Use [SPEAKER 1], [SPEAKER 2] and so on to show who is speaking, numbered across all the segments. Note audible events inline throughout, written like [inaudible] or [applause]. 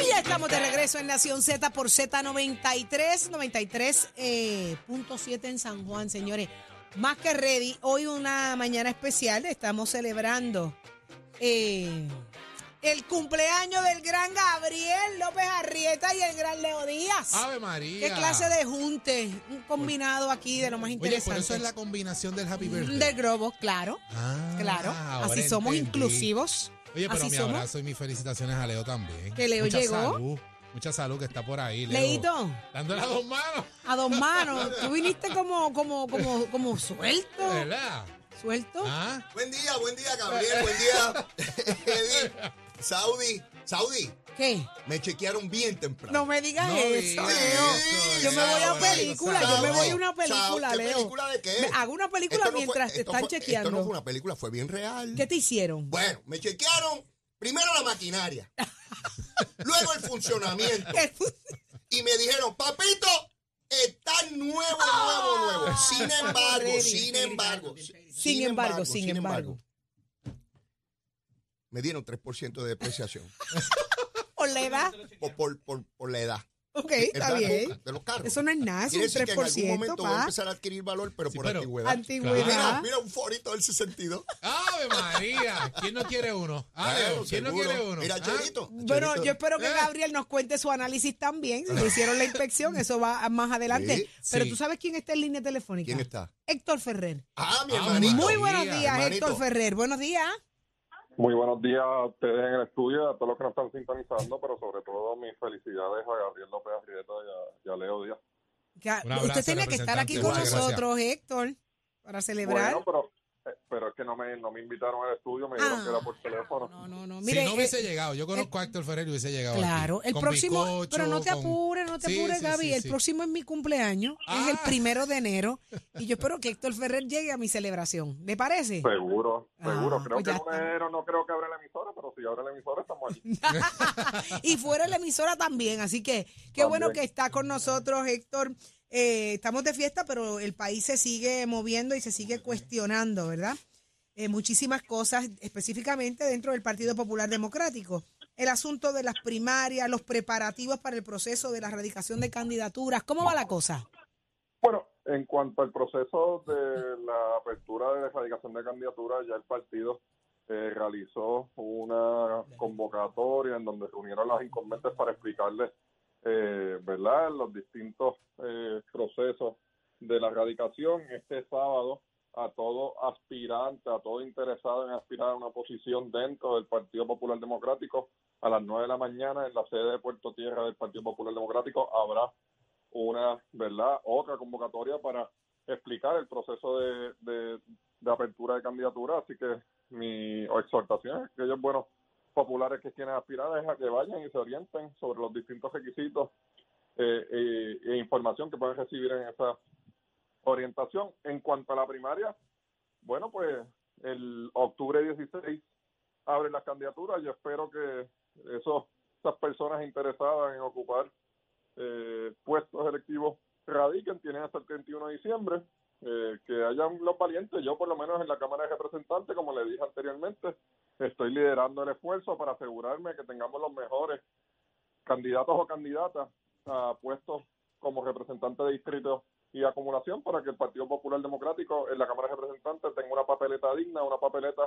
[SPEAKER 1] Y ya estamos de regreso en Nación Z por Z93, 93.7 eh, en San Juan, señores. Más que ready, hoy una mañana especial, estamos celebrando eh, el cumpleaños del gran Gabriel López Arrieta y el gran Leo Díaz.
[SPEAKER 2] Ave María.
[SPEAKER 1] ¿Qué clase de junte? Un combinado aquí de lo más
[SPEAKER 2] Oye,
[SPEAKER 1] interesante. Mm,
[SPEAKER 2] por eso es la combinación del Happy Birthday.
[SPEAKER 1] Del globo, claro,
[SPEAKER 2] Ah,
[SPEAKER 1] claro.
[SPEAKER 2] ahora
[SPEAKER 1] Así somos
[SPEAKER 2] entendí.
[SPEAKER 1] inclusivos.
[SPEAKER 2] Oye, pero
[SPEAKER 1] Así
[SPEAKER 2] mi
[SPEAKER 1] somos.
[SPEAKER 2] abrazo y mis felicitaciones a Leo también.
[SPEAKER 1] Que Leo
[SPEAKER 2] mucha
[SPEAKER 1] llegó.
[SPEAKER 2] Salud, mucha salud que está por ahí, Leo.
[SPEAKER 1] Leito.
[SPEAKER 2] Dándole a dos manos.
[SPEAKER 1] A dos manos. Tú viniste como, como, como, como suelto.
[SPEAKER 2] ¿De verdad?
[SPEAKER 1] Suelto.
[SPEAKER 2] ¿Ah?
[SPEAKER 3] Buen día, buen día, Gabriel, buen día. Eddie, Saudi, Saudi,
[SPEAKER 1] ¿Qué?
[SPEAKER 3] me chequearon bien temprano.
[SPEAKER 1] No me digas
[SPEAKER 2] No
[SPEAKER 1] eso,
[SPEAKER 2] digas
[SPEAKER 1] Leo.
[SPEAKER 2] eso,
[SPEAKER 1] Yo me voy a
[SPEAKER 2] Leo.
[SPEAKER 1] película, yo me voy a una
[SPEAKER 3] Saudi,
[SPEAKER 1] película,
[SPEAKER 3] ¿qué
[SPEAKER 1] Leo.
[SPEAKER 3] película de qué?
[SPEAKER 1] Me hago una película
[SPEAKER 3] Esto no fue-
[SPEAKER 1] mientras te
[SPEAKER 3] esto
[SPEAKER 1] están
[SPEAKER 3] fue-
[SPEAKER 1] chequeando.
[SPEAKER 3] Esto no fue una película, fue bien real.
[SPEAKER 1] ¿Qué te hicieron?
[SPEAKER 3] Bueno, me chequearon primero
[SPEAKER 1] [laughs]
[SPEAKER 3] la maquinaria, luego el funcionamiento.
[SPEAKER 1] ¿Qué? [laughs]
[SPEAKER 3] y me dijeron, papito, está nuevo, nuevo, nuevo. Sin embargo,
[SPEAKER 1] ready,
[SPEAKER 3] sin
[SPEAKER 1] ready,
[SPEAKER 3] embargo.
[SPEAKER 1] Sin embargo, sin embargo.
[SPEAKER 3] Me dieron 3% de depreciación
[SPEAKER 1] ¿O la edad?
[SPEAKER 3] por, por, por, por la edad.
[SPEAKER 1] Ok,
[SPEAKER 3] Es
[SPEAKER 1] está
[SPEAKER 3] verdad,
[SPEAKER 1] bien.
[SPEAKER 3] De los carros.
[SPEAKER 1] Eso no es nada, es un
[SPEAKER 3] Quiere decir que en algún
[SPEAKER 1] 3%,
[SPEAKER 3] momento voy a
[SPEAKER 1] pa.
[SPEAKER 3] empezar a adquirir valor, pero
[SPEAKER 2] Sí,
[SPEAKER 3] por
[SPEAKER 2] pero-
[SPEAKER 3] antigüedad. Mira,
[SPEAKER 1] Antigüedad.
[SPEAKER 3] mira un forito del 62.
[SPEAKER 2] Ave María. ¿Quién no quiere uno? Ah,
[SPEAKER 3] Claro,
[SPEAKER 2] Leo, ¿quién no
[SPEAKER 3] seguro.
[SPEAKER 2] quiere uno?
[SPEAKER 3] Mira,
[SPEAKER 2] ¿Ah?
[SPEAKER 3] Chelito.
[SPEAKER 1] Bueno,
[SPEAKER 3] Chelito.
[SPEAKER 1] yo espero que
[SPEAKER 2] Eh. Ah.
[SPEAKER 1] Gabriel nos cuente su análisis también. Si le hicieron la inspección, eso va a- más adelante.
[SPEAKER 3] Sí,
[SPEAKER 1] Pero
[SPEAKER 2] sí.
[SPEAKER 1] tú sabes quién está en línea telefónica.
[SPEAKER 3] ¿Quién está?
[SPEAKER 1] Héctor Ferrer.
[SPEAKER 3] Ah, mi
[SPEAKER 2] Ah,
[SPEAKER 3] hermanito.
[SPEAKER 1] Muy
[SPEAKER 2] Buenos
[SPEAKER 1] buenos
[SPEAKER 2] días,
[SPEAKER 1] días,
[SPEAKER 3] hermanito.
[SPEAKER 1] Héctor Ferrer. Buenos días.
[SPEAKER 4] Muy buenos días a ustedes en el estudio, y a todos los que nos están sintonizando, pero sobre todo mis felicidades a Gabriel López Arrieta y a, y a Leo Díaz.
[SPEAKER 1] Ya,
[SPEAKER 2] Un abrazo,
[SPEAKER 1] usted tenía que estar aquí con
[SPEAKER 2] representante. Muchas
[SPEAKER 1] nosotros, Héctor, para celebrar.
[SPEAKER 4] Bueno, pero, eh, pero es que no me, no me invitaron al estudio, me dijeron
[SPEAKER 1] Ah.
[SPEAKER 4] que era por teléfono.
[SPEAKER 1] no, no, no.
[SPEAKER 2] Si
[SPEAKER 1] Mire,
[SPEAKER 2] no
[SPEAKER 1] eh,
[SPEAKER 2] hubiese llegado, yo conozco a Héctor Ferrer y hubiese llegado.
[SPEAKER 1] claro,
[SPEAKER 2] aquí,
[SPEAKER 1] el
[SPEAKER 2] con
[SPEAKER 1] próximo,
[SPEAKER 2] bizcocho,
[SPEAKER 1] pero no te
[SPEAKER 2] con-
[SPEAKER 1] apures, no te
[SPEAKER 2] Sí,
[SPEAKER 1] apures,
[SPEAKER 2] sí,
[SPEAKER 1] Gaby.
[SPEAKER 2] sí,
[SPEAKER 1] el
[SPEAKER 2] sí.
[SPEAKER 1] próximo es mi cumpleaños, es el
[SPEAKER 2] Ah.
[SPEAKER 1] primero de enero, y
[SPEAKER 2] [laughs]
[SPEAKER 1] yo espero que Héctor Ferrer llegue a mi celebración. ¿Le parece?
[SPEAKER 4] Pues. Seguro,
[SPEAKER 1] Ah,
[SPEAKER 4] seguro. Creo
[SPEAKER 1] pues
[SPEAKER 4] que
[SPEAKER 1] ya
[SPEAKER 4] el lunes
[SPEAKER 1] está.
[SPEAKER 4] no, creo que abra la emisora, pero si abre la emisora estamos allí.
[SPEAKER 1] y fuera de la emisora también. Así que qué
[SPEAKER 4] También.
[SPEAKER 1] bueno que está con nosotros, Héctor. Eh, estamos de fiesta, pero el país se sigue moviendo y se sigue cuestionando, ¿verdad? Eh, muchísimas cosas, específicamente dentro del Partido Popular Democrático. El asunto de las primarias, los preparativos para el proceso de la erradicación de candidaturas. ¿Cómo va la cosa?
[SPEAKER 4] Bueno, en cuanto al proceso de la apertura de erradicación de candidaturas, ya el partido eh, realizó una convocatoria en donde reunieron las incumbentes para explicarles, eh, ¿verdad?, los distintos eh, procesos de la erradicación. Este sábado, a todo aspirante, a todo interesado en aspirar a una posición dentro del Partido Popular Democrático, a las 9 de la mañana en la sede de Puerto Tierra del Partido Popular Democrático habrá una, ¿verdad? Otra convocatoria para explicar el proceso de, de- de apertura de candidatura. Así que mi exhortación es que aquellos buenos populares que tienen aspirar es a que vayan y se orienten sobre los distintos requisitos eh, eh, e información que pueden recibir en esa orientación. En cuanto a la primaria, bueno, pues el octubre 16 abre las candidaturas. Yo espero que esos, esas personas interesadas en ocupar eh, puestos electivos radiquen, tienen hasta el 31 de diciembre, eh, que hayan los valientes. Yo, por lo menos en la Cámara de Representantes, como le dije anteriormente, estoy liderando el esfuerzo para asegurarme que tengamos los mejores candidatos o candidatas a puestos como representantes de distrito y acumulación para que el Partido Popular Democrático en la Cámara de Representantes tenga una papeleta digna, una papeleta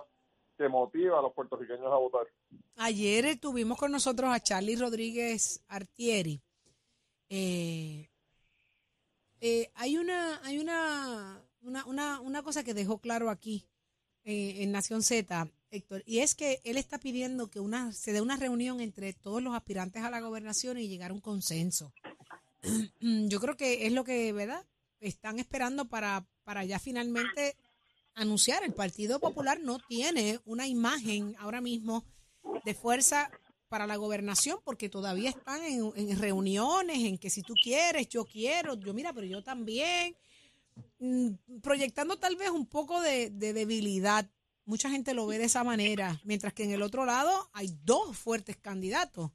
[SPEAKER 4] que motiva a los puertorriqueños a votar.
[SPEAKER 1] Ayer tuvimos con nosotros a Charlie Rodríguez Artieri. Eh, eh, hay una, hay una, una, una, una cosa que dejó claro aquí eh, en Nación Z Héctor, y es que él está pidiendo que una se dé una reunión entre todos los aspirantes a la gobernación y llegar a un consenso. [clears throat] Yo creo que es lo que, ¿verdad? Están esperando para, para ya finalmente anunciar. El Partido Popular no tiene una imagen ahora mismo de fuerza para la gobernación porque todavía están en, en reuniones, en que si tú quieres, yo quiero, yo mira, pero yo también, Mm, proyectando tal vez un poco de, de debilidad. Mucha gente lo ve de esa manera, mientras que en el otro lado hay dos fuertes candidatos.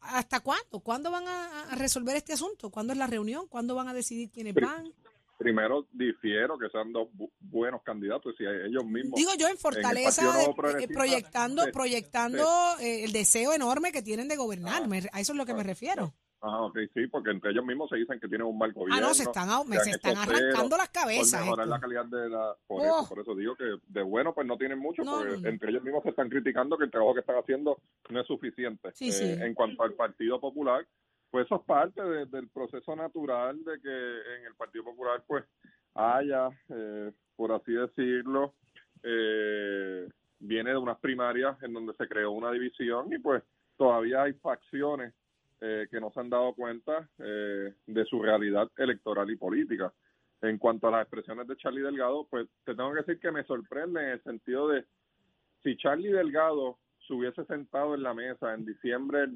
[SPEAKER 1] ¿Hasta cuándo? ¿Cuándo van a, a resolver este asunto? ¿Cuándo es la reunión? ¿Cuándo van a decidir quiénes
[SPEAKER 4] Pri-
[SPEAKER 1] van?
[SPEAKER 4] Primero, difiero que sean dos bu- buenos candidatos y ellos mismos.
[SPEAKER 1] Digo yo en Fortaleza,
[SPEAKER 4] Partido
[SPEAKER 1] de-
[SPEAKER 4] Nuevo Progresista,
[SPEAKER 1] eh, proyectando,
[SPEAKER 4] sí,
[SPEAKER 1] proyectando eh, el deseo enorme que tienen de gobernar.
[SPEAKER 4] Ah,
[SPEAKER 1] Me- a eso es lo que me
[SPEAKER 4] ah,
[SPEAKER 1] refiero.
[SPEAKER 4] Ah, ok, sí, porque entre ellos mismos se dicen que tienen un mal gobierno.
[SPEAKER 1] Ah, no, se están, au-
[SPEAKER 4] que han
[SPEAKER 1] se están
[SPEAKER 4] hecho cero
[SPEAKER 1] arrancando las
[SPEAKER 4] por
[SPEAKER 1] cabezas.
[SPEAKER 4] mejorar
[SPEAKER 1] Héctor.
[SPEAKER 4] la calidad de la... Por,
[SPEAKER 1] Oh.
[SPEAKER 4] eso, por eso digo que de bueno pues no tienen mucho,
[SPEAKER 1] No,
[SPEAKER 4] porque
[SPEAKER 1] no, no.
[SPEAKER 4] entre ellos mismos se están criticando que el trabajo que están haciendo no es suficiente. Eh,
[SPEAKER 1] Sí, sí.
[SPEAKER 4] En cuanto al Partido Popular, pues eso es parte de- del proceso natural de que en el Partido Popular pues haya, eh, por así decirlo, eh, viene de unas primarias en donde se creó una división y pues todavía hay facciones eh, que no se han dado cuenta eh, de su realidad electoral y política. En cuanto a las expresiones de Charlie Delgado, pues te tengo que decir que me sorprende en el sentido de si Charlie Delgado se hubiese sentado en la mesa en diciembre del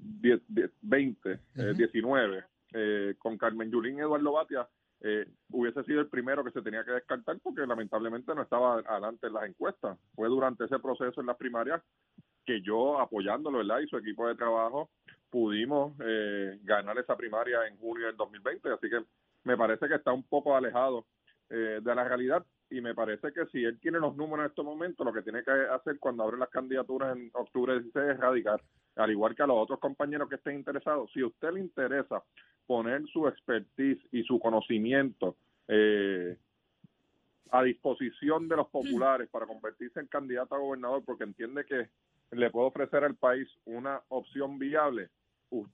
[SPEAKER 4] 2020,
[SPEAKER 2] Ujú.
[SPEAKER 4] 19, eh, con Carmen Yulín y Eduardo Batia, eh, hubiese sido el primero que se tenía que descartar porque lamentablemente no estaba adelante en las encuestas. Fue durante ese proceso en las primarias que yo, apoyándolo, ¿verdad? Y su equipo de trabajo, pudimos eh, ganar esa primaria en junio del 2020. Así que me parece que está un poco alejado eh, de la realidad y me parece que si él tiene los números en estos momentos, lo que tiene que hacer cuando abre las candidaturas en octubre 16 es radicar, al igual que a los otros compañeros que estén interesados. Si a usted le interesa poner su expertise y su conocimiento eh, a disposición de los populares para convertirse en candidato a gobernador porque entiende que le puede ofrecer al país una opción viable, u-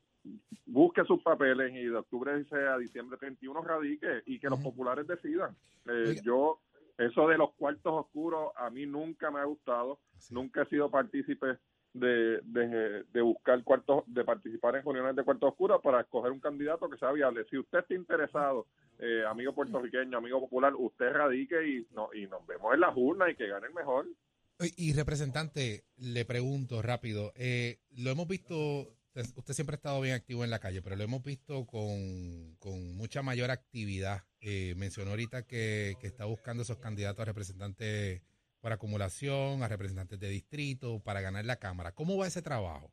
[SPEAKER 4] busque sus papeles y de octubre 16 a diciembre 31 radique y que los
[SPEAKER 2] Ujú.
[SPEAKER 4] populares decidan. Eh,
[SPEAKER 2] Oiga.
[SPEAKER 4] yo, eso de los cuartos oscuros a mí nunca me ha gustado,
[SPEAKER 2] Sí.
[SPEAKER 4] nunca he sido partícipe de, de, de buscar cuartos, de participar en reuniones de cuartos oscuros para escoger un candidato que sea viable. Si usted está interesado, eh, amigo puertorriqueño, amigo popular, usted radique y, no, y nos vemos en la urna y que gane el mejor.
[SPEAKER 2] Oye, Y representante, le pregunto rápido, eh, lo hemos visto, usted- usted siempre ha estado bien activo en la calle, pero lo hemos visto con, con mucha mayor actividad. Eh, mencionó ahorita que, que está buscando esos candidatos a representantes por acumulación, a representantes de distrito, para ganar la Cámara. ¿Cómo va ese trabajo?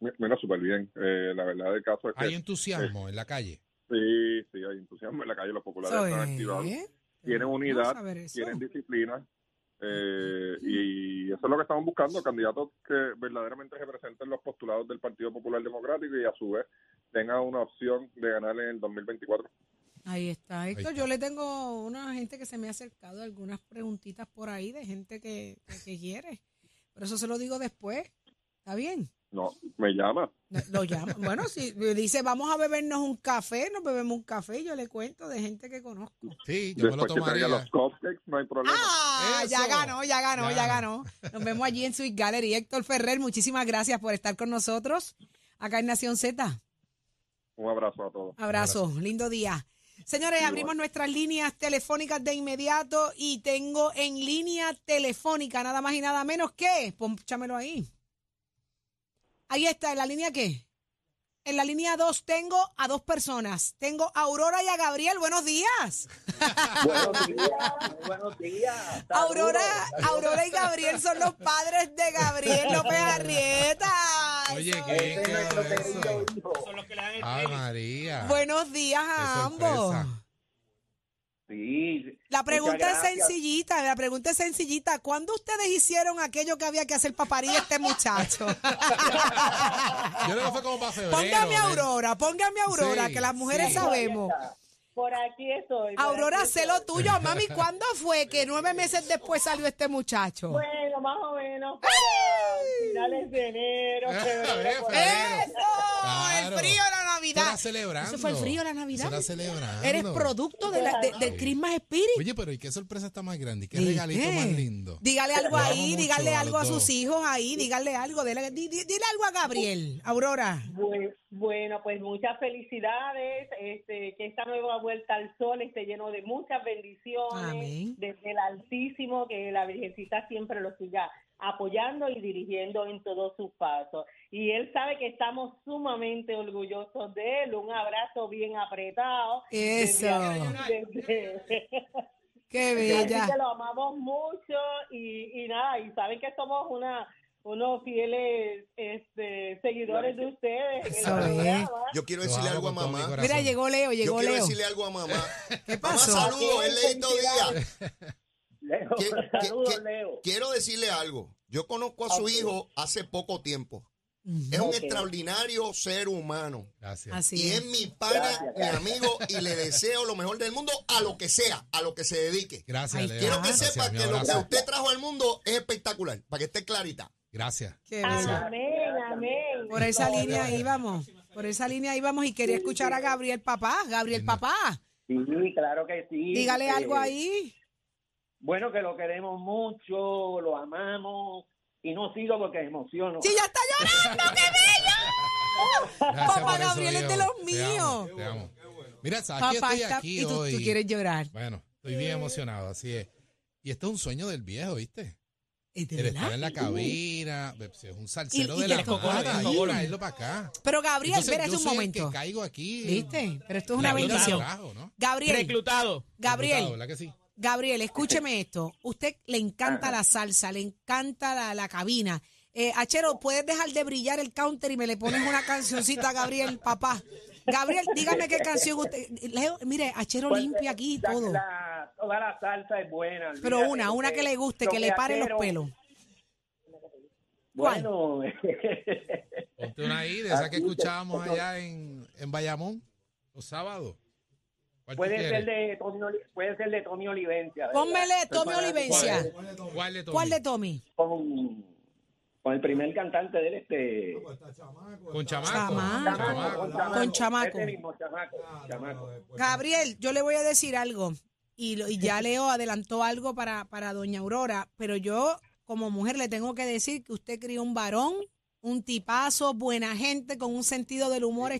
[SPEAKER 4] Mi- Mira, súper bien. Eh, la verdad del caso es que
[SPEAKER 2] ¿Hay
[SPEAKER 4] eh,
[SPEAKER 2] entusiasmo en la calle?
[SPEAKER 4] sí, sí, hay entusiasmo en la calle, los populares
[SPEAKER 1] Eso
[SPEAKER 4] están
[SPEAKER 1] es.
[SPEAKER 4] activados, tienen
[SPEAKER 1] Vamos a
[SPEAKER 4] unidad,
[SPEAKER 1] saber eso.
[SPEAKER 4] tienen disciplina. eh, y eso es lo que estamos buscando, candidatos que verdaderamente representen los postulados del Partido Popular Democrático y a su vez tengan una opción de ganar en el 2024.
[SPEAKER 1] Ahí está, Héctor.
[SPEAKER 2] está.
[SPEAKER 1] Yo le tengo una gente que se me ha acercado algunas preguntitas por ahí de gente que, que- que quiere. Pero eso se lo digo después. ¿Está bien?
[SPEAKER 4] No, me llama.
[SPEAKER 1] No, Lo [laughs] llamo. Bueno, si me dice, vamos a bebernos un café, nos bebemos un café, yo le cuento de gente que conozco.
[SPEAKER 2] Sí, yo me lo
[SPEAKER 4] Después que
[SPEAKER 2] tomaría.
[SPEAKER 4] traiga los cupcakes, no hay problema.
[SPEAKER 1] Ah, ya
[SPEAKER 2] Eso.
[SPEAKER 1] ganó, ya ganó, ya
[SPEAKER 2] Ya
[SPEAKER 1] ganó.
[SPEAKER 2] ganó.
[SPEAKER 1] Nos vemos allí en Sweet Gallery. Héctor Ferrer, muchísimas gracias por estar con nosotros. Acá en Nación Z.
[SPEAKER 4] Un abrazo a todos.
[SPEAKER 1] Abrazo, lindo día. Señores,
[SPEAKER 4] Igual.
[SPEAKER 1] abrimos nuestras líneas telefónicas de inmediato y tengo en línea telefónica nada más y nada menos que, ponchamelo ahí. Ahí está, ¿en la línea qué? En la línea 2 tengo a dos personas. Tengo a Aurora y a Gabriel. Buenos días.
[SPEAKER 5] [laughs] Buenos días, muy buenos días. Saludos.
[SPEAKER 1] Aurora, Aurora y Gabriel son los padres de Gabriel López Arrieta.
[SPEAKER 2] Oye,
[SPEAKER 1] Eso
[SPEAKER 2] qué
[SPEAKER 1] es.
[SPEAKER 5] Este es nuestro
[SPEAKER 2] Eso.
[SPEAKER 5] querido hijo.
[SPEAKER 6] Son los que le dan el
[SPEAKER 2] Ay, María.
[SPEAKER 1] Buenos días
[SPEAKER 2] qué
[SPEAKER 1] a ambos.
[SPEAKER 2] sorpresa.
[SPEAKER 5] Sí,
[SPEAKER 1] La pregunta es
[SPEAKER 5] Muchas gracias.
[SPEAKER 1] sencillita, la pregunta es sencillita. ¿Cuándo ustedes hicieron aquello que había que hacer para parir a este
[SPEAKER 2] [laughs]
[SPEAKER 1] muchacho?
[SPEAKER 2] Yo creo que fue como para febrero.
[SPEAKER 1] póngame a
[SPEAKER 2] ¿eh? [laughs]
[SPEAKER 1] Aurora, póngame a Aurora,
[SPEAKER 2] Sí,
[SPEAKER 1] que las mujeres
[SPEAKER 2] sí.
[SPEAKER 1] sabemos.
[SPEAKER 7] Por aquí estoy. por
[SPEAKER 1] Aurora,
[SPEAKER 7] aquí
[SPEAKER 1] sé lo
[SPEAKER 7] estoy.
[SPEAKER 1] tuyo, mami. ¿Cuándo fue que nueve meses después salió este muchacho?
[SPEAKER 7] Bueno, más o menos para finales de enero,
[SPEAKER 2] Ah,
[SPEAKER 7] febrero.
[SPEAKER 2] ve,
[SPEAKER 7] por ahí.
[SPEAKER 2] febrero.
[SPEAKER 1] ¡Eso!
[SPEAKER 2] Claro.
[SPEAKER 1] El frío, la
[SPEAKER 2] Eso
[SPEAKER 1] Navidad.
[SPEAKER 2] era celebrando.
[SPEAKER 1] Eso fue el frío, la Navidad.
[SPEAKER 2] Eso era celebrando.
[SPEAKER 1] Eres producto de la- de- del Christmas Spirit.
[SPEAKER 2] Oye, pero ¿y qué sorpresa está más grande? ¿Y qué
[SPEAKER 1] ¿Y
[SPEAKER 2] regalito
[SPEAKER 1] qué?
[SPEAKER 2] más lindo?
[SPEAKER 1] Dígale algo
[SPEAKER 2] Lo amo
[SPEAKER 1] ahí,
[SPEAKER 2] mucho
[SPEAKER 1] dígale
[SPEAKER 2] a los
[SPEAKER 1] algo a
[SPEAKER 2] dos.
[SPEAKER 1] sus hijos ahí, dígale algo. Dile, di- di- dile algo a Gabriel, Aurora.
[SPEAKER 7] Pues, bueno, pues muchas felicidades, este, que esta nueva vuelta al sol esté lleno de muchas bendiciones
[SPEAKER 1] Amén.
[SPEAKER 7] desde el Altísimo, que la Virgencita siempre lo siga apoyando y dirigiendo en todos sus pasos. Y él sabe que estamos sumamente orgullosos de él, un abrazo bien apretado.
[SPEAKER 1] Eso.
[SPEAKER 7] Desde-
[SPEAKER 1] Qué
[SPEAKER 7] Así
[SPEAKER 1] bella.
[SPEAKER 7] que lo amamos mucho y, y nada, y saben que somos una unos fieles este, seguidores de ustedes. en el
[SPEAKER 1] Eso es.
[SPEAKER 7] programa.
[SPEAKER 3] Yo quiero
[SPEAKER 2] Lo
[SPEAKER 3] decirle
[SPEAKER 2] amo
[SPEAKER 3] algo a
[SPEAKER 2] con todo mi
[SPEAKER 3] mamá.
[SPEAKER 2] corazón.
[SPEAKER 1] Mira, llegó Leo,
[SPEAKER 3] Yo
[SPEAKER 1] llegó
[SPEAKER 3] quiero
[SPEAKER 1] Leo.
[SPEAKER 3] decirle algo a mamá.
[SPEAKER 1] [laughs]
[SPEAKER 3] ¿Qué
[SPEAKER 1] pasó?
[SPEAKER 3] Mamá, saludos, es Leito
[SPEAKER 7] Felicidades.
[SPEAKER 3] Díaz.
[SPEAKER 5] Leo,
[SPEAKER 3] ¿Qué- qué-
[SPEAKER 5] saludos,
[SPEAKER 3] qué-
[SPEAKER 5] Leo.
[SPEAKER 3] Quiero decirle algo. Yo conozco a su
[SPEAKER 7] Ok.
[SPEAKER 3] hijo hace poco tiempo.
[SPEAKER 1] Ujú.
[SPEAKER 3] Es un
[SPEAKER 7] Ok.
[SPEAKER 3] extraordinario ser humano.
[SPEAKER 2] Gracias.
[SPEAKER 1] Así
[SPEAKER 3] Y
[SPEAKER 1] es.
[SPEAKER 3] es mi pana, mi amigo, y le deseo lo mejor del mundo a lo que sea, a lo que se dedique.
[SPEAKER 2] Gracias,
[SPEAKER 1] Ay,
[SPEAKER 2] Leo.
[SPEAKER 3] Quiero que
[SPEAKER 2] Gracias,
[SPEAKER 3] sepa
[SPEAKER 2] mi
[SPEAKER 3] que lo que
[SPEAKER 2] abrazo.
[SPEAKER 3] usted trajo al mundo es espectacular, para que esté clarita.
[SPEAKER 2] Gracias.
[SPEAKER 1] Qué bella.
[SPEAKER 7] Amén, amén.
[SPEAKER 1] Por esa línea ahí vamos. Por esa línea ahí vamos y quería escuchar a Gabriel Papá. Gabriel
[SPEAKER 2] Linda.
[SPEAKER 1] Papá,
[SPEAKER 5] Sí, claro que sí.
[SPEAKER 1] dígale
[SPEAKER 5] Eh,
[SPEAKER 1] algo ahí.
[SPEAKER 5] Bueno, que lo queremos mucho, lo amamos. Y no sigo porque me emociono.
[SPEAKER 1] Si ya está llorando, qué bello. [laughs]
[SPEAKER 2] Gracias
[SPEAKER 1] Papá
[SPEAKER 2] por eso,
[SPEAKER 1] Gabriel es de
[SPEAKER 2] hijo.
[SPEAKER 1] los
[SPEAKER 2] Te amo,
[SPEAKER 1] míos.
[SPEAKER 2] Te amo. Mira, aquí
[SPEAKER 1] Papá
[SPEAKER 2] estoy
[SPEAKER 1] está
[SPEAKER 2] aquí
[SPEAKER 1] y tú,
[SPEAKER 2] hoy.
[SPEAKER 1] tú quieres llorar.
[SPEAKER 2] Bueno, estoy bien emocionado, así es. Y esto es un sueño del viejo, ¿viste?
[SPEAKER 1] Es de
[SPEAKER 2] El estar
[SPEAKER 1] verdad.
[SPEAKER 2] en la cabina, es un salsero
[SPEAKER 1] Y- y
[SPEAKER 2] de
[SPEAKER 1] que
[SPEAKER 2] la
[SPEAKER 1] le tocó,
[SPEAKER 2] mata,
[SPEAKER 1] le
[SPEAKER 2] y
[SPEAKER 1] tocó.
[SPEAKER 2] traerlo para acá.
[SPEAKER 1] Pero Gabriel,
[SPEAKER 2] Entonces,
[SPEAKER 1] espérate
[SPEAKER 2] yo
[SPEAKER 1] un
[SPEAKER 2] soy el
[SPEAKER 1] momento.
[SPEAKER 2] que caigo aquí.
[SPEAKER 1] ¿Viste? Pero esto es
[SPEAKER 2] La
[SPEAKER 1] una
[SPEAKER 2] vida lo
[SPEAKER 1] bendición.
[SPEAKER 2] trajo, ¿no?
[SPEAKER 1] Gabriel,
[SPEAKER 8] Reclutado.
[SPEAKER 2] Disfrutado,
[SPEAKER 1] Gabriel,
[SPEAKER 2] ¿verdad que sí?
[SPEAKER 5] [laughs]
[SPEAKER 1] Gabriel, escúcheme esto. Usted le encanta la salsa, le encanta la, la cabina. Eh, Achero, ¿puedes dejar de brillar el counter y me le pones una cancioncita, Gabriel, papá? Gabriel, dígame qué canción usted... Leo, mire, Achero limpia aquí y
[SPEAKER 5] Pues, La-
[SPEAKER 1] todo.
[SPEAKER 5] la- toda la salsa es buena.
[SPEAKER 1] Pero
[SPEAKER 5] olvídate,
[SPEAKER 1] una, una que le guste,
[SPEAKER 5] lo
[SPEAKER 1] que le paren los
[SPEAKER 5] hacieron-
[SPEAKER 1] pelos. ¿Cuál?
[SPEAKER 5] Bueno, [laughs]
[SPEAKER 2] Ponte una ahí, de esa que
[SPEAKER 5] Así que-
[SPEAKER 2] escuchábamos allá en, en Bayamón, los sábados. ¿Cuál tú
[SPEAKER 5] puede ser,
[SPEAKER 2] quieres?
[SPEAKER 5] de Tommy, Oli- puede ser de Tommy Olivencia. ¿verdad?
[SPEAKER 1] Pónmele
[SPEAKER 5] Soy
[SPEAKER 1] Tommy
[SPEAKER 5] fanático
[SPEAKER 1] Olivencia.
[SPEAKER 5] de-
[SPEAKER 2] ¿Cuál de Tommy?
[SPEAKER 1] ¿Cuál de Tommy?
[SPEAKER 5] Con, con el primer cantante de él, este...
[SPEAKER 2] Con chamaco.
[SPEAKER 1] Chamaco.
[SPEAKER 2] Ah, Chamaco.
[SPEAKER 1] Con chamaco.
[SPEAKER 5] Ese este mismo, chamaco. chamaco.
[SPEAKER 1] Gabriel, yo le voy a decir algo. Y, lo-
[SPEAKER 5] [laughs]
[SPEAKER 1] y ya Leo adelantó algo para, para Doña Aurora, pero yo como mujer le tengo que decir que usted crió un varón, un tipazo, buena gente, con un sentido del humor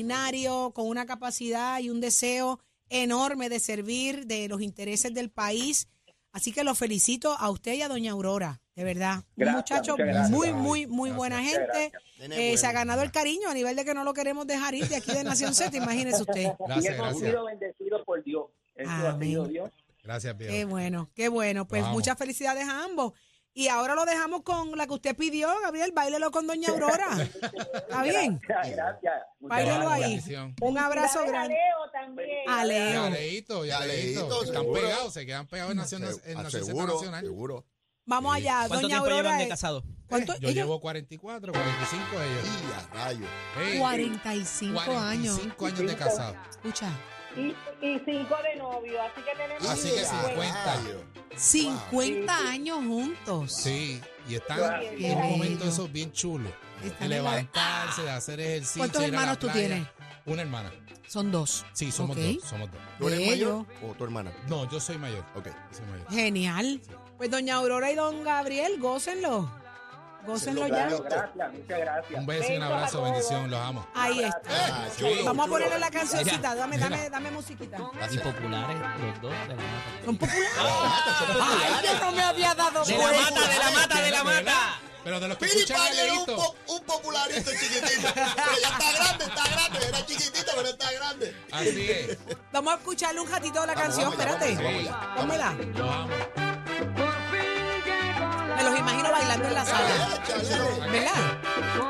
[SPEAKER 1] extraordinario, con una capacidad y un deseo enorme de servir de los intereses del país. Así que lo felicito a usted y a Doña Aurora, de verdad. un
[SPEAKER 5] Gracias,
[SPEAKER 1] muchacho
[SPEAKER 5] muchas gracias.
[SPEAKER 1] muy, muy, muy
[SPEAKER 2] Gracias.
[SPEAKER 1] buena
[SPEAKER 5] Muchas
[SPEAKER 1] gente.
[SPEAKER 3] Nene,
[SPEAKER 1] Eh, se ha
[SPEAKER 3] bueno.
[SPEAKER 1] ganado el cariño a nivel de que no lo queremos dejar ir de aquí de Nación Z, imagínese usted.
[SPEAKER 5] y
[SPEAKER 2] Gracias,
[SPEAKER 5] hemos
[SPEAKER 2] gracias.
[SPEAKER 5] sido bendecidos por Dios. Eso ha
[SPEAKER 1] Amén.
[SPEAKER 5] sido Dios.
[SPEAKER 2] Gracias,
[SPEAKER 1] Qué
[SPEAKER 2] viejo.
[SPEAKER 1] bueno, qué bueno. Pues
[SPEAKER 2] Vamos.
[SPEAKER 1] muchas felicidades a ambos. Y ahora lo dejamos con la que usted pidió, Gabriel. Báilelo con Doña Aurora.
[SPEAKER 7] [laughs]
[SPEAKER 1] ¿Está bien?
[SPEAKER 5] Gracias, gracias. Muchas
[SPEAKER 1] Báilelo
[SPEAKER 5] gracias.
[SPEAKER 1] ahí.
[SPEAKER 2] Bendición.
[SPEAKER 1] Un abrazo
[SPEAKER 7] Felicidades a
[SPEAKER 1] grande.
[SPEAKER 7] Leo también.
[SPEAKER 1] A
[SPEAKER 2] Y
[SPEAKER 1] Leo.
[SPEAKER 2] Aleito, y
[SPEAKER 3] Y Aleito,
[SPEAKER 2] Aleito. Están
[SPEAKER 3] seguro.
[SPEAKER 2] pegados, se quedan pegados en Nación en
[SPEAKER 3] Ah,
[SPEAKER 2] Nación Z
[SPEAKER 3] Seguro,
[SPEAKER 2] Nacional.
[SPEAKER 3] seguro.
[SPEAKER 1] Vamos
[SPEAKER 2] Sí.
[SPEAKER 1] allá.
[SPEAKER 8] ¿Cuánto
[SPEAKER 1] Doña
[SPEAKER 8] tiempo
[SPEAKER 1] Aurora.
[SPEAKER 8] llevan de
[SPEAKER 1] es-
[SPEAKER 8] casado?
[SPEAKER 1] ¿Cuánto?
[SPEAKER 2] Yo
[SPEAKER 1] ella-
[SPEAKER 2] llevo 44, 45 de ellos.
[SPEAKER 3] Y a rayos.
[SPEAKER 2] Hey,
[SPEAKER 1] 45 años.
[SPEAKER 2] 45 años de casado.
[SPEAKER 1] Escucha.
[SPEAKER 7] Y, y cinco de novio, así que tenemos
[SPEAKER 2] Así
[SPEAKER 3] Y
[SPEAKER 2] que
[SPEAKER 3] a
[SPEAKER 2] 50.
[SPEAKER 3] rayos.
[SPEAKER 1] 50 años juntos.
[SPEAKER 2] Sí, y están
[SPEAKER 5] Qué
[SPEAKER 2] en un
[SPEAKER 1] bello.
[SPEAKER 2] momento esos bien chulos.
[SPEAKER 1] Están
[SPEAKER 2] De
[SPEAKER 1] en la-
[SPEAKER 2] levantarse, de hacer ejercicio.
[SPEAKER 1] ¿Cuántos
[SPEAKER 2] ir a la
[SPEAKER 1] hermanos tú
[SPEAKER 2] playa.
[SPEAKER 1] tienes?
[SPEAKER 2] Una hermana.
[SPEAKER 1] Son dos.
[SPEAKER 2] Sí, somos
[SPEAKER 1] Ok.
[SPEAKER 2] dos, somos dos.
[SPEAKER 3] ¿Tú eres
[SPEAKER 1] Bello.
[SPEAKER 3] mayor o tu hermana?
[SPEAKER 2] No, yo soy mayor.
[SPEAKER 3] Ok.
[SPEAKER 2] Soy mayor.
[SPEAKER 1] Genial. Pues Doña Aurora y Don Gabriel, gócenlo. Gócenlo ya.
[SPEAKER 3] Claro.
[SPEAKER 5] Gracias, muchas gracias.
[SPEAKER 2] Un beso y un
[SPEAKER 7] Besos a
[SPEAKER 2] abrazo,
[SPEAKER 7] todos.
[SPEAKER 2] bendición, los amo.
[SPEAKER 1] Ahí está.
[SPEAKER 3] Ah, chulo,
[SPEAKER 1] Vamos a
[SPEAKER 3] chulo.
[SPEAKER 1] ponerle la cancioncita. Dame, dame, dame musiquita.
[SPEAKER 8] Y
[SPEAKER 3] Gracias.
[SPEAKER 8] populares, los dos de la mata.
[SPEAKER 1] Son populares. Ay, yo no me había dado
[SPEAKER 8] De la
[SPEAKER 1] cuenta.
[SPEAKER 8] mata, de la mata, de la mata.
[SPEAKER 2] Pero de los que
[SPEAKER 3] Piri
[SPEAKER 2] escuchan a
[SPEAKER 3] Pali era un,
[SPEAKER 2] Leito,
[SPEAKER 3] po- un popularista chiquitito. Pero ya está grande, está grande. Era chiquitito, pero está grande.
[SPEAKER 1] Ah,
[SPEAKER 2] así
[SPEAKER 1] [laughs]
[SPEAKER 2] es.
[SPEAKER 1] Vamos a escucharle un ratito de la
[SPEAKER 3] Vamos,
[SPEAKER 1] canción.
[SPEAKER 3] vamos ya,
[SPEAKER 1] Espérate.
[SPEAKER 3] vamos ya, vamos ya.
[SPEAKER 1] Pónmela.
[SPEAKER 2] Los amo.
[SPEAKER 1] Me los imagino bailando en la sala.
[SPEAKER 3] Échale.
[SPEAKER 1] ¿Verdad?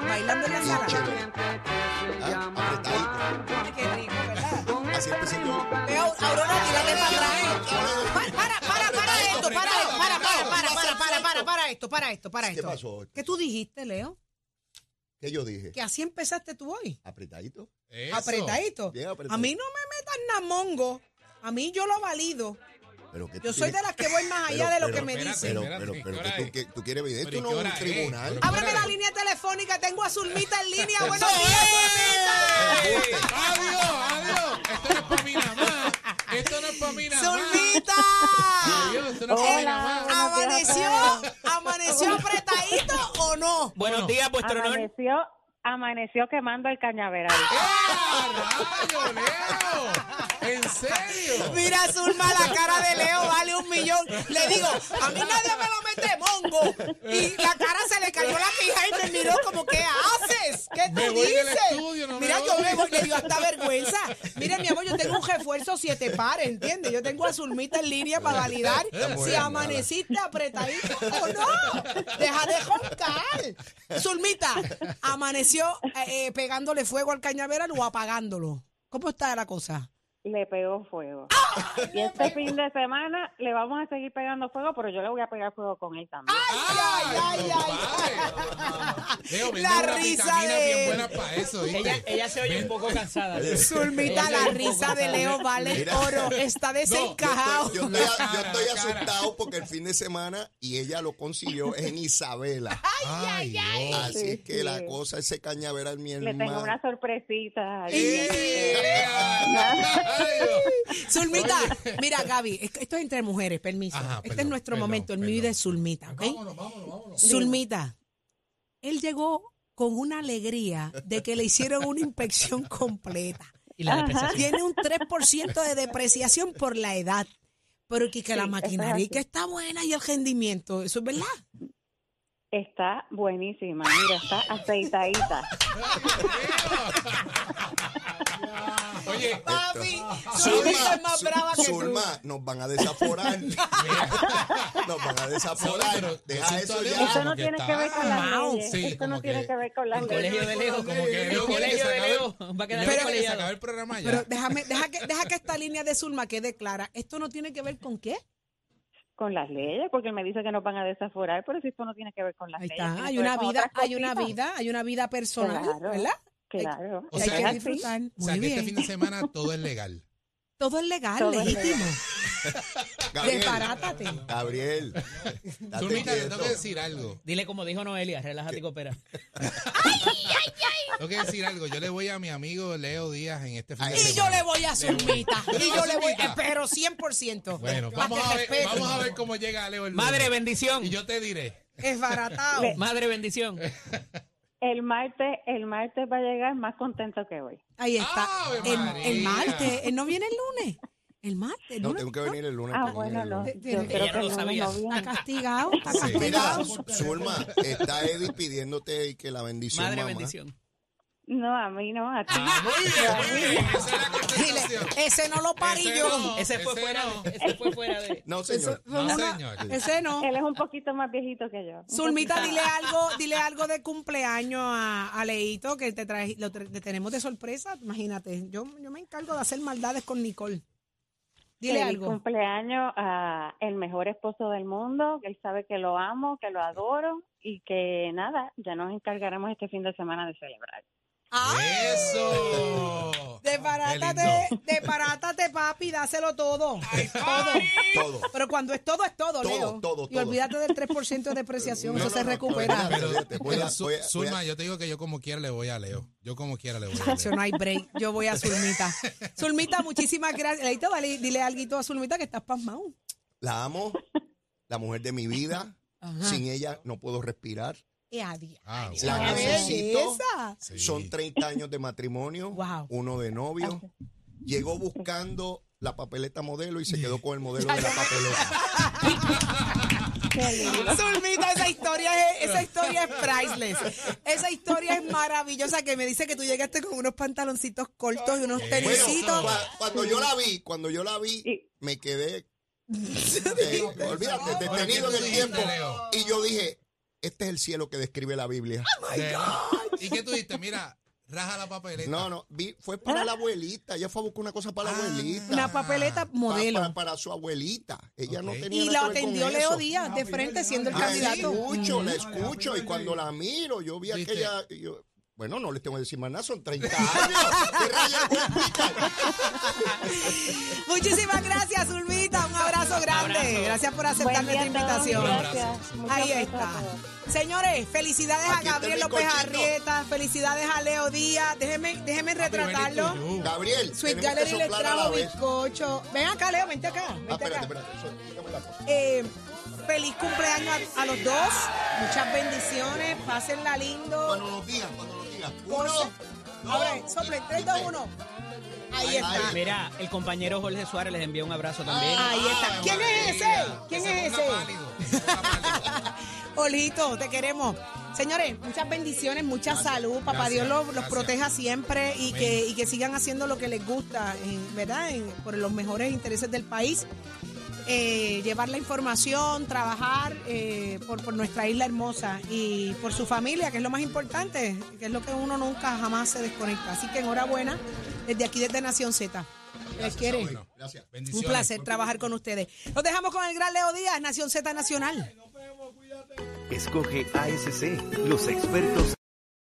[SPEAKER 1] Bailando en la
[SPEAKER 3] Bien
[SPEAKER 1] sala.
[SPEAKER 3] chévere. Ah, apretadito.
[SPEAKER 1] Ay, qué rico, ¿verdad?
[SPEAKER 3] Así empecé yo.
[SPEAKER 1] Veo, Aurora, tírate para atrás. Pa- Para, para, para esto. Para, para, para, para, para, para, para, para esto, para esto, para
[SPEAKER 3] ¿Qué
[SPEAKER 1] esto.
[SPEAKER 3] pasó?
[SPEAKER 1] ¿Qué tú dijiste, Leo?
[SPEAKER 3] ¿Qué yo dije?
[SPEAKER 1] Que así empezaste tú hoy.
[SPEAKER 3] Apretadito.
[SPEAKER 2] Eso.
[SPEAKER 1] Apretadito.
[SPEAKER 3] Bien apretado.
[SPEAKER 1] A mí no me metas na mongo. A mí yo lo valido.
[SPEAKER 3] Pero que tú
[SPEAKER 1] Yo soy de
[SPEAKER 3] tienes-
[SPEAKER 1] las que voy más allá
[SPEAKER 3] Pero-
[SPEAKER 1] de lo
[SPEAKER 3] pero
[SPEAKER 1] que me
[SPEAKER 2] espérate.
[SPEAKER 1] dicen.
[SPEAKER 3] Pero,
[SPEAKER 2] Espérate,
[SPEAKER 3] pero,
[SPEAKER 2] ¿qué
[SPEAKER 3] pero
[SPEAKER 2] hora
[SPEAKER 3] que
[SPEAKER 2] es?
[SPEAKER 3] tú, que tú quieres vivir.
[SPEAKER 2] Pero
[SPEAKER 3] Esto
[SPEAKER 2] ¿y
[SPEAKER 3] no
[SPEAKER 2] qué
[SPEAKER 3] es un
[SPEAKER 2] hora es?
[SPEAKER 3] tribunal.
[SPEAKER 2] Pero-
[SPEAKER 1] Ábreme la línea telefónica, tengo a Zulmita en línea. Buenos
[SPEAKER 3] ¡Eso
[SPEAKER 1] días,
[SPEAKER 2] ¡Ey!
[SPEAKER 1] Zulmita.
[SPEAKER 2] ¡Adiós, adiós! Esto no es para mí nada más. Esto no es para mí nada más. Adiós,
[SPEAKER 1] ¡Zulmita!
[SPEAKER 2] esto no es para mí nada más.
[SPEAKER 1] ¿Amaneció? ¿Amaneció apretadito o no?
[SPEAKER 8] Buenos días, vuestro honor.
[SPEAKER 7] Amaneció, amaneció quemando el cañaveral.
[SPEAKER 2] ¡Ah, rayo, Leo! ¿En serio?
[SPEAKER 1] [laughs] Mira, Zulma, la cara de Leo vale un millón. Le digo, a mí nadie me lo mete mongo. Y la cara se le cayó la fija y me miró como, ¿qué haces? ¿Qué tú
[SPEAKER 2] Me voy
[SPEAKER 1] dices?
[SPEAKER 2] del estudio, no me
[SPEAKER 1] Mira, yo
[SPEAKER 2] voy.
[SPEAKER 1] me voy, le dio hasta vergüenza. Mira, mi amor, yo tengo un refuerzo siete pares, ¿entiendes? Yo tengo a Zulmita en línea para
[SPEAKER 2] [laughs]
[SPEAKER 1] validar si
[SPEAKER 3] buena,
[SPEAKER 1] amaneciste apretadito o no. Deja de joncar. Zulmita, ¿amaneció eh, eh, pegándole fuego al cañaveral o apagándolo? ¿Cómo está la cosa?
[SPEAKER 7] Le pegó
[SPEAKER 8] [laughs]
[SPEAKER 7] fuego. Y este fin de semana le vamos a seguir pegando fuego, pero yo le voy a pegar fuego con él también.
[SPEAKER 1] ay, ay, ay,
[SPEAKER 2] ay! Leo, vende
[SPEAKER 1] La
[SPEAKER 2] una
[SPEAKER 1] risa
[SPEAKER 2] vitamina
[SPEAKER 1] de
[SPEAKER 2] bien
[SPEAKER 1] él.
[SPEAKER 2] buena para eso, ¿viste?
[SPEAKER 8] Ella, ella se oye un poco
[SPEAKER 1] Ah,
[SPEAKER 8] cansada.
[SPEAKER 1] Zulmita, la risa de Leo vale
[SPEAKER 3] Mira.
[SPEAKER 1] oro. Está desencajado.
[SPEAKER 3] Yo estoy, yo estoy- yo
[SPEAKER 2] La
[SPEAKER 3] estoy
[SPEAKER 2] cara, la
[SPEAKER 3] asustado porque el fin de semana, y ella lo consiguió, es en
[SPEAKER 1] [laughs]
[SPEAKER 3] Isabela.
[SPEAKER 2] ¡Ay, Dios.
[SPEAKER 3] Así es que
[SPEAKER 7] sí.
[SPEAKER 3] la cosa, ese cañaveral, mi
[SPEAKER 7] Le tengo
[SPEAKER 3] hermano.
[SPEAKER 7] una sorpresita.
[SPEAKER 1] Zulmita, mira, Gaby, es- esto es entre mujeres, permiso.
[SPEAKER 2] Ajá,
[SPEAKER 1] este es
[SPEAKER 2] perdón,
[SPEAKER 1] nuestro
[SPEAKER 2] perdón,
[SPEAKER 1] momento, el mío y
[SPEAKER 2] perdón.
[SPEAKER 1] de Zulmita, ¿ok?
[SPEAKER 2] Vámonos, vámonos, vámonos.
[SPEAKER 1] Zulmita, él llegó con una alegría de que le hicieron una inspección completa.
[SPEAKER 8] Y la depresión.
[SPEAKER 1] Tiene un 3% de depreciación por la edad. Pero que, que la maquinaria que está buena y el rendimiento, eso es verdad.
[SPEAKER 7] Está buenísima, mira, está
[SPEAKER 8] [laughs]
[SPEAKER 7] aceitadita.
[SPEAKER 2] Oye,
[SPEAKER 1] Papi, Zulmita es
[SPEAKER 3] Zulma,
[SPEAKER 1] más brava que tú.
[SPEAKER 3] Zulma, nos van
[SPEAKER 1] [laughs]
[SPEAKER 3] a desaforar. nos van a
[SPEAKER 2] Pero
[SPEAKER 3] desaforar. Deja
[SPEAKER 2] siento a
[SPEAKER 3] eso
[SPEAKER 2] Leo
[SPEAKER 3] ya.
[SPEAKER 7] Esto
[SPEAKER 2] Como
[SPEAKER 7] no
[SPEAKER 2] que
[SPEAKER 7] tiene
[SPEAKER 2] está
[SPEAKER 7] que ver con las
[SPEAKER 1] armado,
[SPEAKER 7] leyes.
[SPEAKER 2] sí,
[SPEAKER 7] Esto no
[SPEAKER 2] como
[SPEAKER 7] tiene
[SPEAKER 2] que-
[SPEAKER 7] que ver con las
[SPEAKER 2] el
[SPEAKER 7] leyes.
[SPEAKER 8] Colegio de Leo.
[SPEAKER 2] Como que Leo
[SPEAKER 8] El
[SPEAKER 2] quiere que
[SPEAKER 8] colegio
[SPEAKER 2] se
[SPEAKER 8] de
[SPEAKER 2] acabe-
[SPEAKER 8] Leo. Va a quedar
[SPEAKER 1] Pero-
[SPEAKER 2] Leo quiere que se acabe
[SPEAKER 8] colegiado.
[SPEAKER 2] el programa ya.
[SPEAKER 1] Pero déjame, deja que, deja que esta línea de Zulma quede clara. Esto no tiene que ver con qué.
[SPEAKER 7] Con las leyes, porque él me dice que nos van a desaforar, pero si esto no tiene que ver con las
[SPEAKER 1] Ahí
[SPEAKER 7] leyes.
[SPEAKER 1] está,
[SPEAKER 7] tiene
[SPEAKER 1] hay
[SPEAKER 7] que ver
[SPEAKER 1] una
[SPEAKER 7] con
[SPEAKER 1] vida,
[SPEAKER 7] otras
[SPEAKER 1] hay una
[SPEAKER 7] cositas.
[SPEAKER 1] vida, hay una vida personal,
[SPEAKER 7] Claro.
[SPEAKER 1] ¿verdad?
[SPEAKER 7] Claro.
[SPEAKER 2] O
[SPEAKER 1] Que hay
[SPEAKER 2] sea,
[SPEAKER 7] es
[SPEAKER 1] que
[SPEAKER 2] que-
[SPEAKER 7] así.
[SPEAKER 1] disfrutar. Muy
[SPEAKER 2] o sea, que
[SPEAKER 1] bien.
[SPEAKER 2] este fin de semana todo es legal.
[SPEAKER 1] Todo es legal,
[SPEAKER 7] Todo es
[SPEAKER 1] legítimo.
[SPEAKER 3] Gabriel,
[SPEAKER 1] Desbarátate.
[SPEAKER 3] Gabriel. date
[SPEAKER 2] Zulmita, te
[SPEAKER 3] quieto.
[SPEAKER 2] tengo que decir algo.
[SPEAKER 8] Dile como dijo Noelia, relájate y
[SPEAKER 2] [laughs]
[SPEAKER 8] coopera.
[SPEAKER 2] Tengo que decir algo. Yo le voy a mi amigo Leo Díaz en este fin de semana.
[SPEAKER 1] Y yo le voy a Zulmita. Y yo le voy,
[SPEAKER 2] Zulmita.
[SPEAKER 1] pero 100%.
[SPEAKER 2] Bueno,
[SPEAKER 1] Más
[SPEAKER 2] vamos
[SPEAKER 1] que
[SPEAKER 2] a, ver,
[SPEAKER 1] respeto.
[SPEAKER 2] vamos a ver cómo llega Leo el lunes.
[SPEAKER 8] Madre bendición.
[SPEAKER 2] Y yo te diré.
[SPEAKER 1] [laughs] Es baratado.
[SPEAKER 8] Madre bendición.
[SPEAKER 7] El martes, el martes va a llegar más contento que hoy.
[SPEAKER 1] Ahí está.
[SPEAKER 2] ¡Ave
[SPEAKER 1] El,
[SPEAKER 2] María!
[SPEAKER 1] el martes, él no viene el lunes. El martes, el
[SPEAKER 3] No,
[SPEAKER 1] lunes,
[SPEAKER 3] tengo que venir el lunes.
[SPEAKER 7] Ah,
[SPEAKER 3] tengo que venir
[SPEAKER 7] bueno,
[SPEAKER 3] el
[SPEAKER 7] no.
[SPEAKER 3] lunes.
[SPEAKER 7] Yo
[SPEAKER 1] Ella
[SPEAKER 7] creo
[SPEAKER 8] no
[SPEAKER 7] que
[SPEAKER 8] lo
[SPEAKER 7] no,
[SPEAKER 8] sabía.
[SPEAKER 7] no viene.
[SPEAKER 1] Está castigado, está
[SPEAKER 2] Sí.
[SPEAKER 3] Mira,
[SPEAKER 1] castigado.
[SPEAKER 3] Zulma, está Eddie pidiéndote que la bendición.
[SPEAKER 8] Madre
[SPEAKER 3] mamá.
[SPEAKER 8] bendición.
[SPEAKER 7] No, a mí no, a ti.
[SPEAKER 2] Ah, muy bien, muy bien. Esa es la
[SPEAKER 1] Dile,
[SPEAKER 2] contestación.
[SPEAKER 1] ese no lo parí
[SPEAKER 2] Ese
[SPEAKER 1] yo.
[SPEAKER 2] no,
[SPEAKER 8] Ese fue
[SPEAKER 2] ese
[SPEAKER 8] fuera
[SPEAKER 2] no.
[SPEAKER 8] de- ese Ah, fue fuera
[SPEAKER 7] [laughs]
[SPEAKER 8] de.
[SPEAKER 3] No,
[SPEAKER 1] Eso-
[SPEAKER 3] señor.
[SPEAKER 2] No,
[SPEAKER 1] no,
[SPEAKER 2] señor.
[SPEAKER 1] Ese no.
[SPEAKER 7] Él es un poquito más viejito que yo. Un
[SPEAKER 1] Zulmita, dile algo, dile algo de cumpleaños a, a Leito que te traje, lo tra- te tenemos de sorpresa. Imagínate, yo, yo me encargo de hacer maldades con Nicole. Dile
[SPEAKER 7] Feliz
[SPEAKER 1] algo.
[SPEAKER 7] cumpleaños a el mejor esposo del mundo, que él sabe que lo amo, que lo adoro y que nada, ya nos encargaremos este fin de semana de celebrar.
[SPEAKER 1] ¡Ay! [laughs]
[SPEAKER 2] Eso.
[SPEAKER 1] Desbarátate, desbarátate, papi, dáselo todo. todo.
[SPEAKER 3] Todo.
[SPEAKER 1] Pero cuando es todo, es todo,
[SPEAKER 3] Todo,
[SPEAKER 1] Leo.
[SPEAKER 3] todo,
[SPEAKER 1] Y
[SPEAKER 3] todo.
[SPEAKER 1] olvídate del 3% de depreciación,
[SPEAKER 3] No,
[SPEAKER 1] eso
[SPEAKER 3] no,
[SPEAKER 1] se
[SPEAKER 3] no,
[SPEAKER 1] recupera.
[SPEAKER 3] olvídate.
[SPEAKER 2] Pero,
[SPEAKER 3] Fíjate, voy a-
[SPEAKER 2] pero Su-
[SPEAKER 3] voy a- voy
[SPEAKER 2] Zulma,
[SPEAKER 3] a-
[SPEAKER 2] yo te digo que yo como quiera le voy a Leo. Yo como quiera le voy a
[SPEAKER 1] Eso
[SPEAKER 2] Leo.
[SPEAKER 1] no hay break. Yo voy a Zulmita. Zulmita, muchísimas gracias. Leito, dale- dile algo a Zulmita que estás pasmado.
[SPEAKER 3] La amo, la mujer de mi vida. Sin ella no puedo respirar.
[SPEAKER 1] Eh, adiós.
[SPEAKER 2] Ah, wow.
[SPEAKER 3] La
[SPEAKER 1] ¡Qué
[SPEAKER 3] necesito.
[SPEAKER 1] belleza!
[SPEAKER 2] Sí.
[SPEAKER 3] Son 30 años de matrimonio,
[SPEAKER 1] Wow.
[SPEAKER 3] uno de novio. Llegó buscando la papeleta modelo y se quedó con el modelo de la
[SPEAKER 1] [laughs]
[SPEAKER 3] papeleta.
[SPEAKER 1] Zulmita, esa historia, es, esa historia es priceless. Esa historia es maravillosa que me dice que tú llegaste con unos pantaloncitos cortos y unos
[SPEAKER 3] Eh, Bueno,
[SPEAKER 1] tenisitos.
[SPEAKER 3] cua- cuando yo la vi, cuando yo la vi,
[SPEAKER 7] Y-
[SPEAKER 1] [laughs]
[SPEAKER 3] me quedé, eh, olvídate,
[SPEAKER 2] Pero ¿qué
[SPEAKER 3] detenido
[SPEAKER 2] tú
[SPEAKER 3] en el
[SPEAKER 2] dijiste,
[SPEAKER 3] tiempo.
[SPEAKER 2] Leo?
[SPEAKER 3] Y yo dije, este es el cielo que describe la Biblia.
[SPEAKER 2] De- ¿Y qué tú dijiste? Mira, raja la papeleta.
[SPEAKER 3] No, no, vi- fue para la abuelita. Ella fue a buscar una cosa para la
[SPEAKER 2] Ah,
[SPEAKER 3] abuelita. Ah,
[SPEAKER 1] Una papeleta
[SPEAKER 3] Pa-
[SPEAKER 1] modelo.
[SPEAKER 3] Para, para su abuelita. Ella no
[SPEAKER 2] Ok.
[SPEAKER 3] tenía
[SPEAKER 1] y
[SPEAKER 3] nada
[SPEAKER 1] la
[SPEAKER 3] que ver con
[SPEAKER 1] atendió Leo
[SPEAKER 3] eso.
[SPEAKER 1] Díaz de frente siendo el
[SPEAKER 3] Ah, La
[SPEAKER 1] candidato.
[SPEAKER 3] escucho, la escucho y cuando la miro yo vi
[SPEAKER 2] ¿Viste?
[SPEAKER 3] aquella yo, Bueno, no les tengo que decir más nada, son 30
[SPEAKER 1] [laughs]
[SPEAKER 3] años. ¿Qué rayos me explican?
[SPEAKER 1] Muchísimas gracias, Zulmita. Un abrazo grande.
[SPEAKER 8] Abrazo.
[SPEAKER 1] Gracias por aceptar
[SPEAKER 7] Buen día
[SPEAKER 1] nuestra
[SPEAKER 7] a todos,
[SPEAKER 1] invitación.
[SPEAKER 7] Gracias. Muchos
[SPEAKER 1] Ahí
[SPEAKER 7] besos
[SPEAKER 1] está.
[SPEAKER 7] a todos.
[SPEAKER 1] Señores, felicidades
[SPEAKER 3] Aquí
[SPEAKER 1] a
[SPEAKER 3] está
[SPEAKER 1] Gabriel
[SPEAKER 3] el
[SPEAKER 1] López
[SPEAKER 3] bizcochito.
[SPEAKER 1] Arrieta, felicidades a Leo Díaz. Déjeme, déjeme retratarlo.
[SPEAKER 3] Gabriel,
[SPEAKER 1] Sweet
[SPEAKER 3] tenemos que
[SPEAKER 1] Gallery les
[SPEAKER 3] soplar a la
[SPEAKER 1] trajo
[SPEAKER 3] vez.
[SPEAKER 1] bizcocho. Ven acá, Leo, vente acá.
[SPEAKER 3] Ah,
[SPEAKER 1] Vente
[SPEAKER 3] espérate,
[SPEAKER 1] acá.
[SPEAKER 3] espérate. eso, dígame la cosa.
[SPEAKER 1] Eh, feliz cumpleaños a, a los dos. Muchas bendiciones. Pásenla lindo.
[SPEAKER 3] Cuando nos digas, cuando nos digas. Uno,
[SPEAKER 1] Ahora,
[SPEAKER 3] dos,
[SPEAKER 1] sople,
[SPEAKER 3] y-
[SPEAKER 1] 3,
[SPEAKER 3] y-
[SPEAKER 1] 2, 1. Ahí
[SPEAKER 3] Ahí,
[SPEAKER 1] está.
[SPEAKER 3] ahí.
[SPEAKER 8] Mira, el compañero Jorge Suárez les envía un abrazo también.
[SPEAKER 1] Ahí está.
[SPEAKER 3] Ay,
[SPEAKER 1] ¿Quién es ese? ¿Quién es ese? Olito, te queremos. Señores, muchas bendiciones, mucha salud. Papá
[SPEAKER 2] gracias,
[SPEAKER 1] Dios los, los
[SPEAKER 2] gracias.
[SPEAKER 1] proteja siempre y
[SPEAKER 2] Amén.
[SPEAKER 1] que, y que sigan haciendo lo que les gusta, en- ¿verdad? En- por los mejores intereses del país. Eh, llevar la información, trabajar eh, por, por nuestra isla hermosa y por su familia, que es lo más importante, que es lo que uno nunca jamás se desconecta. Así que enhorabuena desde aquí, desde Nación Z. Les quiere.
[SPEAKER 3] Bueno, gracias.
[SPEAKER 1] Un placer trabajar con ustedes. Los dejamos con el gran Leo Díaz, Nación Z Nacional.
[SPEAKER 6] Escoge ASC, los expertos